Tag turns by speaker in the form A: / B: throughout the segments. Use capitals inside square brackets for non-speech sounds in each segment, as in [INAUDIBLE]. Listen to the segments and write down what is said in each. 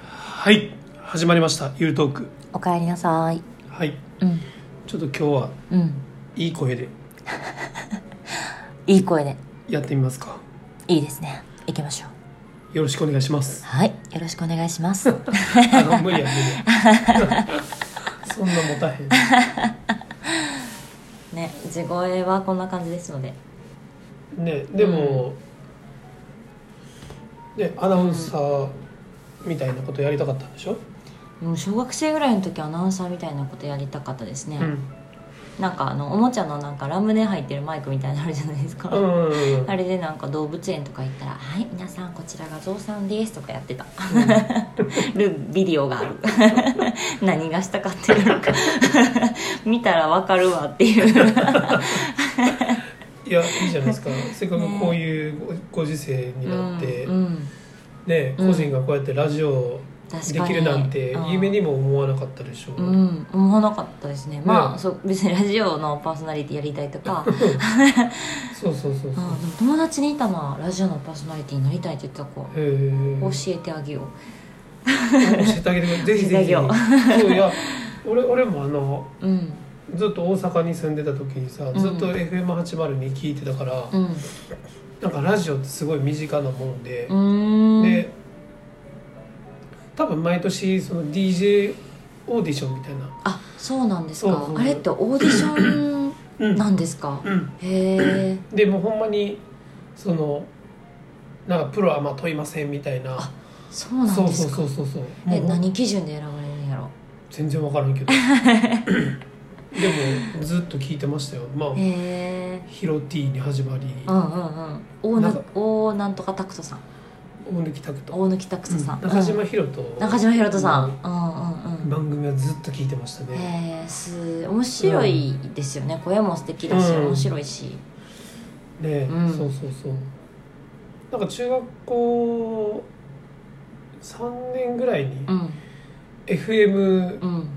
A: はい始まりました「ゆるトーク
B: おかえりなさい」
A: はい
B: うん
A: ちょっと今日は
B: うん
A: いい声で
B: いい声で
A: やってみますか
B: いいですね行きましょう
A: よろしくお願いしま
B: [LAUGHS]
A: す
B: はいよろしくお願いします
A: あの無理や [LAUGHS] 無理そんな持たへん
B: [LAUGHS] ね地声はこんな感じですので
A: ねでも、ねアナウンサーみたいなことやりたかったんでしょ、
B: もう小学生ぐらいの時アナウンサーみたいなことやりたかったですね、
A: うん
B: なんかあのおもちゃのなんかラムネ入ってるマイクみたいなのあるじゃないですか、
A: うん
B: あれでなんか動物園とか行ったら「はい皆さんこちらがゾウさんです」とかやってた [LAUGHS] るビデオがある何がしたかっていう [LAUGHS] のか見たらわかるわって [LAUGHS] いう
A: いやいいじゃない
B: [LAUGHS]
A: ですかせっかくこういうごご時世になって、
B: うんうん
A: ね個人がこうやってラジオ
B: 確
A: で
B: かに
A: きるなんて
B: うん
A: 夢にも思わなかったでしょう、
B: うん思わなかったですねまあ、
A: ね
B: そう別にラジオのパーソナリティやりたいと
A: [LAUGHS]
B: か、うん、で
A: そうそうそうそう
B: も友達にいたなラジオのパーソナリティになりたいって言ってた子
A: へえ
B: 教えてあげよ
A: 教えてあげてくれぜひぜひ
B: 教えて
A: そういや俺俺もあの
B: ううん
A: ずっと大阪に住んでた時にさ
B: ん
A: ずっと FM802 聞いてたから、
B: うん
A: なんかラジオってすごい身近なもんで
B: う、ーん
A: で多分毎年その DJ オーディションみたいな、
B: あそうなんですか
A: そうそう
B: あれってオーディショ
A: う
B: ン
A: ん
B: なんですか
A: うん、
B: へえ
A: でもうほんまにそのなんかプロはまあ問いませんみたいな
B: あそうなん
A: そう
B: で
A: そ
B: す
A: う
B: か
A: そうそうそう
B: え
A: もう
B: 何基準で選ばれるんやろ
A: 全然分からん
B: [LAUGHS]
A: けどでもずっと聞いてましたよまあ
B: へえ
A: ヒロティに始まり
B: うんうんうん大
A: な
B: なん
A: か
B: 大なんとかタクトさん
A: 大貫拓人
B: 大貫拓人さん、
A: 中
B: う
A: 島
B: ん
A: ひろと
B: 中島ひろとさんうんうんうん
A: 番組はずっと聞いてましたね
B: えー、す面白いですよね、声も素敵だし、
A: うん
B: 面白いし
A: ね、
B: うん
A: そうそうそうなんか中学校3年ぐらいに
B: うん
A: FM
B: うん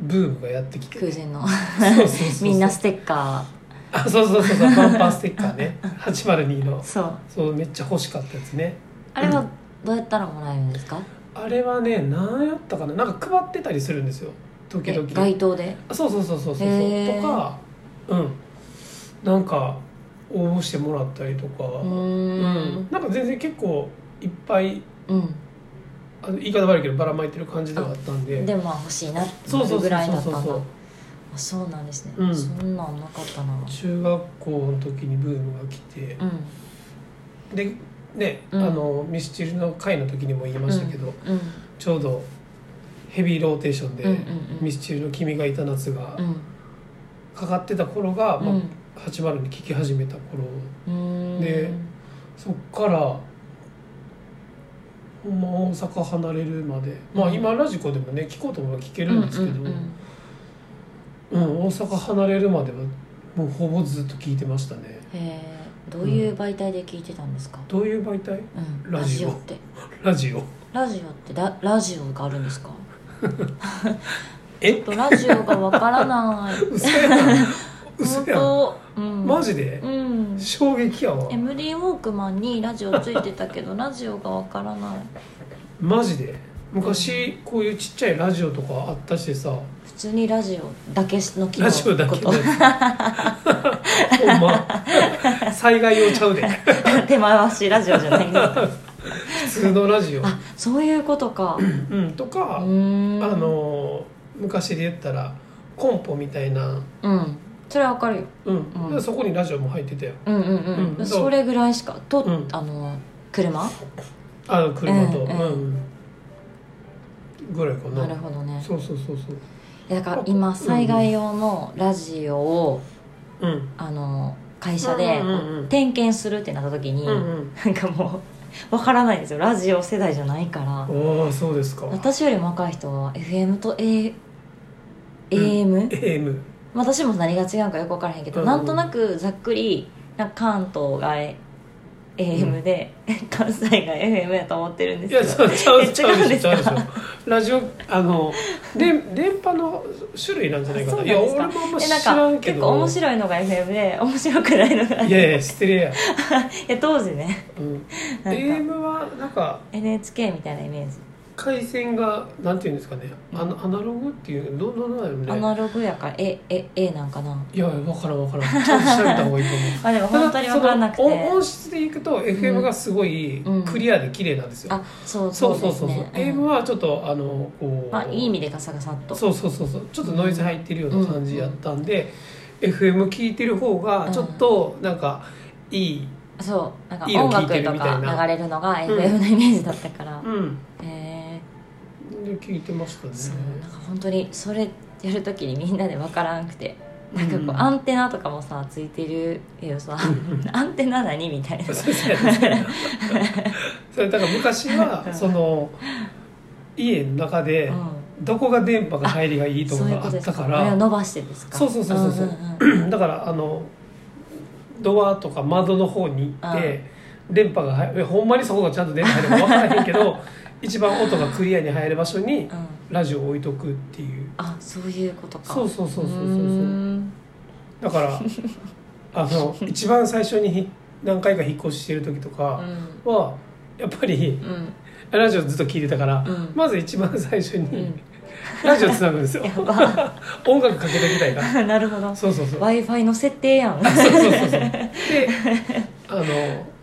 A: ブームがやってきて、
B: 空前
A: そ
B: の
A: うそうそうそう
B: みんなステッカ
A: あそうそうそうそうバンパーステッカーね802
B: ー
A: の
B: そう
A: そうめっちゃ欲しかったやつね
B: あれはどうやったらもらえるんですか、
A: あれはね何やったかななんか配ってたりするんですよ時
B: え
A: 々
B: 街頭で
A: あそうそうそうそうそうそうと
B: へー
A: かうんなんか応募してもらったりとか、
B: うー
A: うん
B: ん、
A: なんか全然結構いっぱい
B: うん
A: あの言い方悪いけどばらまいてる感じではあったんで
B: でもまあ欲しいなって
A: そうそうそうそう
B: ぐらいだったん
A: そ
B: だ
A: うそうそう
B: あそうなんですね、
A: うん
B: そんなんなかったな
A: 中学校の時にブームが来て
B: うん
A: でね、
B: うん
A: あのミスチルの会の時にも言いましたけど、
B: うん
A: ちょうどヘビーローテーションで、
B: うんうんうん
A: ミスチルの「君がいた夏」が
B: うん
A: かかってた頃が、
B: う
A: ま
B: ん
A: あ、80に聴き始めた頃
B: うーん
A: でそっからほんま大阪離れるまでまあ今ラジコでもね聞こうと思えば聞けるんですけど、
B: うんうん
A: うん、大阪離れるまではもうほぼずっと聞いてましたね
B: うんへーどういう媒体で聞いてたんですか、
A: どういう媒体
B: うん、
A: ラ
B: ラ
A: ジ
B: ジ
A: オ
B: オって
A: ラジ
B: [LAUGHS]
A: オ
B: ラジオってララジオがあるんですか
A: [LAUGHS] え
B: ちょっとラジオがわからない
A: 嘘やん [LAUGHS] 嘘
B: 本
A: やん
B: 当うん
A: マジで
B: うん
A: 衝撃やわ
B: エムリー・ウォークマンにラジオついてたけどラジオがわからない
A: マジで昔こういうちっちゃいラジオとかあったしてさ
B: 普通にラジオだけの機能
A: ラジオだけの
B: こと
A: やつ [LAUGHS] ほんま災害用ちゃうで
B: [LAUGHS] 手回しラジオじゃない
A: [LAUGHS]
B: んですか
A: 普通のラジオ、
B: あそういうことかう
A: うん、とか、
B: ーん
A: あの昔で言ったらコンポみたいな、
B: うんそれはわかるよ
A: うん
B: うん
A: そこにラジオも入ってたよ
B: うんうんうん、
A: うん
B: それぐらいしかと、
A: うん
B: あの車、
A: あの車と、う
B: うんん
A: ぐらいかな
B: なるほどね
A: そうそうそうそう
B: いやだから今災害用のラジオを、
A: うん
B: あの会社で
A: うんうんうん
B: 点検するってなった時に、
A: うん
B: なんかもうわからないんですよラジオ世代じゃないから
A: うんああそうですか
B: 私よりも若い人は FM と A AM、
A: AM
B: 私も何が違うかよく分からへんけど、
A: うん
B: なんとなくざっくりなんか関東が AM で、関西が FM やと思ってるん
A: い
B: で
A: や
B: す
A: ちゃ
B: け
A: うちゃう
B: え
A: ちゃう
B: 違うん
A: で
B: で
A: し
B: す
A: ょ
B: か
A: ちゃうでしょラジオあので電波の種類なんじゃないか
B: ど
A: な
B: そう
A: い
B: な
A: や
B: んです
A: 俺
B: か
A: もあんま
B: え
A: 知
B: な
A: ら
B: ん
A: ん
B: か
A: けど
B: 結構面白いのが FM で面白くないのが
A: いやいや失礼や、
B: え当時ね
A: うん、
B: なんか
A: AM はなんか
B: NHK みたいなイメージ
A: 回線がなんていうんですかねアナアナログっていうどどどうな
B: ア
A: るね
B: ナログやからえええなんかない
A: や分からん分からんちょっと調べた方がいいと思う
B: あでも [LAUGHS] 本当に分からなくて
A: ただその音音質でいくと FM がすごい
B: うん
A: クリアで綺麗なんですよ、
B: あそう
A: そ
B: そうう
A: そ
B: で
A: うそ
B: す
A: うそう、
B: ね
A: AM はちょっとあのこう
B: まあいい意味でガサガサっと
A: そうそうそうそうちょっとノイズ入ってるような感じやったんで、FM 聞いてる方がちょっとなんかいい、
B: そうなんか
A: いいの
B: 音
A: 聞いて
B: 楽
A: る
B: と
A: みたいな
B: か流れるのが
A: うん
B: FM のイメージだったから、
A: うん、
B: へえ
A: で聞いてましたね
B: そうなんか本当にそれやるときにみんなで分からんくてなんかこう、
A: うん
B: アンテナとかもさついてるけどさアンテナ何みたいな
A: そうそうそうそれだから昔はその家の中で
B: う
A: どこが電波が入りがいい
B: ん、
A: と
B: そう
A: か
B: いう
A: が
B: こ
A: あ
B: と
A: っ
B: です
A: たか
B: かあれを
A: ら
B: 伸ばしてですか
A: そうそうそうそうそうん
B: んん
A: だからあのドアとか窓の方に行って電波が入るほんまにそこがちゃんと電波入るか分からへんけど一番音がクリアに入る場所に
B: うん
A: ラジオを置いとくっていう
B: あそういうことか
A: そうそうそうそうそうそう
B: ーん
A: だからあの一番最初にひ何回か引っ越ししてる時と
B: う
A: か
B: ん
A: はやっぱり
B: うん
A: ラジオずっと聞いてたから、
B: うん
A: まず一番最初
B: う
A: に
B: ん
A: ラジオつなぐんですよ、
B: [LAUGHS] やば
A: 音楽かけてきたいから
B: なるほど w
A: そうそうそう
B: i f i の設定やん
A: そうそうそうそうであの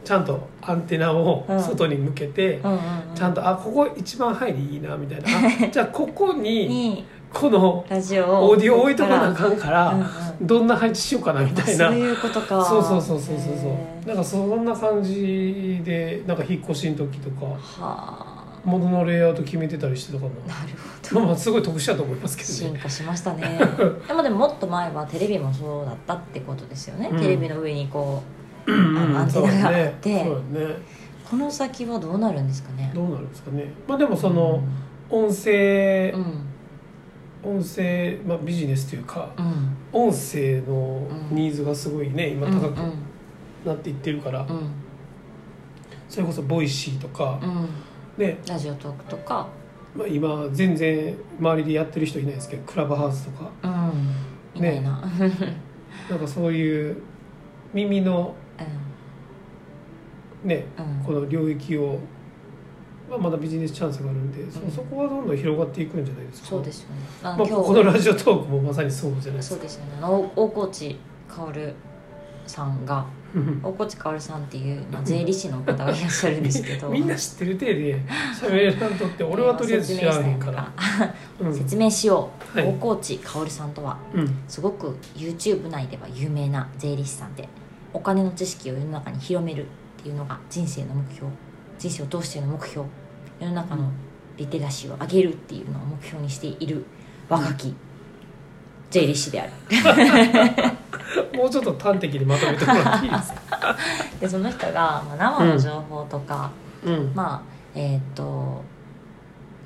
A: ちゃんとアンテナを外に向けて、
B: うんうん、うん、
A: ちゃんとあここ一番入りいいなみたいなあじゃあここに
B: に
A: この
B: ラジオを
A: オーディオ置いとかなあかんから、
B: うんうん
A: どんな配置しようかなみたいな
B: あそういうことか
A: そうそうそうそうそう
B: へ
A: そう
B: ー
A: なんかそんな感じでなんか引っ越しの時とか
B: は
A: 物のレイアウト決めてたりしてたか
B: あな
A: な
B: るほど
A: まあまあすごい特殊だと思いますけど
B: 進
A: ね
B: 化しまし
A: [LAUGHS]
B: たねでもでももっと前はテレビもそうだったってことですよね、
A: うん
B: テレビの上にこ
A: うんうん
B: アンテナがあって
A: そうだねそうだね
B: うこの先はどうなるんですかね
A: どうなるんですかねまあでもその音声
B: う、ん
A: 音声、まあ、ビジネスというか
B: うん
A: 音声のニーズがすごいね今高く
B: うん
A: なっていってるから、
B: うん
A: それこそボイシーとか
B: う、んうん
A: ね、
B: ラジオトークとか
A: まあ、今全然周りでやってる人いないですけどクラブハウスとか
B: うんみたいな、 [LAUGHS]
A: なんかそういう耳のね
B: うんうん
A: この領域を、まあ、まだビジネスチャンスがあるんでそ
B: うん
A: そこはどんどん広がっていくんじゃないですか
B: そうですよねあ
A: ま
B: の
A: あ、
B: 今日
A: このラジオトークもまさにそうじゃないです
B: そう
A: か
B: ですよねあの大河内薫さんが大河内薫さんっていう、
A: [LAUGHS]
B: まあ、税理士の方がいらっしゃるんですけど
A: みんな知ってる体で喋らんと [LAUGHS] って俺はとりあえず知らへんから、うん
B: 説明しよう
A: はい
B: 大河内薫さんとは
A: うん、
B: すごく YouTube 内では有名な税理士さんでお金の知識を世の中に広めるっていうのが人生の目標人生を通しての目標世の中のリテラシーを上げるっていうのを目標にしている若き税理士である
A: もうちょっと端的にまとめてもらっていいですか、
B: でその人が、まあ、生の情報とか、
A: うん
B: まあえーっと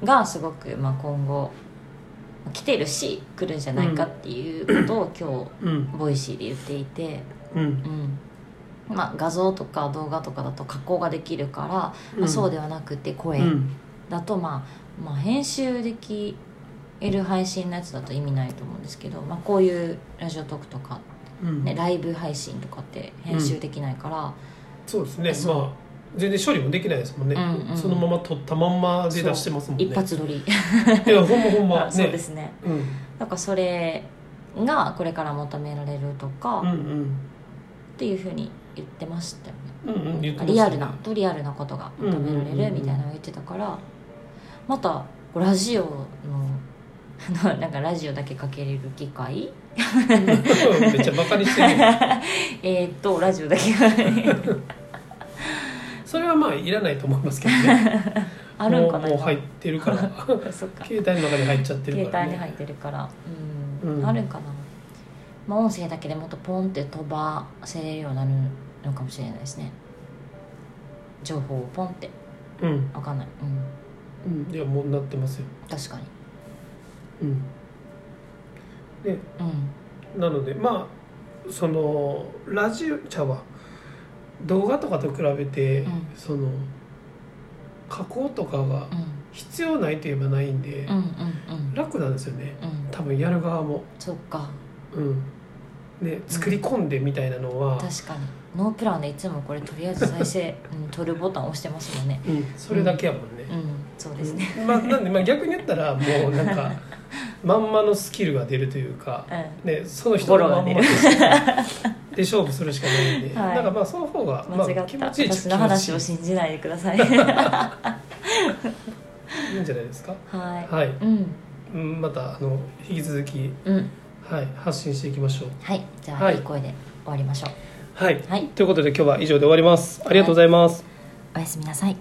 B: がすごく、まあ、今後来てるし来るんじゃないかっていうことを
A: うん
B: 今日ボイシーで言っていて、
A: うん
B: うんまあ、画像とか動画とかだと加工ができるから、まあそうではなくて声
A: うん
B: だと、まあまあ、編集できる配信のやつだと意味ないと思うんですけど、まあ、こういうラジオトークとか、
A: うん
B: ね、ライブ配信とかって編集できないから、
A: そうですね
B: そう
A: まあ全然処理もできないですもんね、
B: うんうん
A: そのまま取ったまんまで出してますもんね
B: 一発撮り、
A: いやほんまほんま [LAUGHS] ね
B: そうですね
A: うん
B: なんかそれがこれから求められるとか、
A: う
B: っ
A: ん
B: ていうふうに言ってましたよね
A: うんうんうん言ってましたね
B: リアルなとリアルなことが求
A: う
B: め
A: んうんうん
B: ら
A: う
B: れ
A: ん
B: るみたいなのを言ってたからまたラジオのあの [LAUGHS] なんかラジオだけかけれる機会
A: [LAUGHS] めっちゃバカにしてる
B: えーっとラジオだ
A: [LAUGHS]
B: けが
A: それはまあいらないと思いますけどね
B: [LAUGHS] あるんか
A: もう
B: な
A: もう入ってるから
B: [LAUGHS] そっか
A: 携帯の中に入っちゃってる
B: 携
A: から、
B: 帯に
A: ね、
B: 入ってるから、うん
A: うん
B: あるんかな、まあ、音声だけでもっとポンって飛ばせれるようになるのかもしれないですね情報をポンって
A: うん
B: わかんないうん
A: うんいやもうなってますよ
B: 確かに
A: うんで
B: うん
A: なのでまあそのラジオ茶は動画とかと比べて、
B: うん
A: その加工とかが
B: うん
A: 必要ないといえばないんで、
B: うんうん
A: 楽なんですよね
B: うんうん
A: 多分やる側も、
B: そっか
A: うんね、作り込んでみたいなのは、
B: 確かにノー [LAUGHS] プランでいつもこれとりあえず再生、うん、撮るボタン押してますもんね
A: うんそれだけやもんね、
B: うんそうですね、
A: まあ、なんで、まあ、逆に言ったらもうなん
B: [LAUGHS]
A: かまんまのスキルが出るというか、
B: う
A: ね、その人のまんま
B: ゴロが出る
A: でしかで勝負するしかないんで、
B: [LAUGHS] はい
A: なんかまあその方が、ま
B: 間
A: あ、
B: 違った、
A: 気持ちいいっちゃ
B: 私の話を
A: 気持ち
B: 信じないでく
A: [LAUGHS]
B: ださいはい
A: いいいんじゃないですか
B: い
A: はい、
B: うん
A: うんまたあの引き続き、
B: うん
A: はい、発信していきましょう
B: はいじゃあ、
A: はい
B: い、い声で終わりましょう
A: はい
B: はい
A: ということで今日は以上で終わりますありがとうございます、
B: おやすみなさい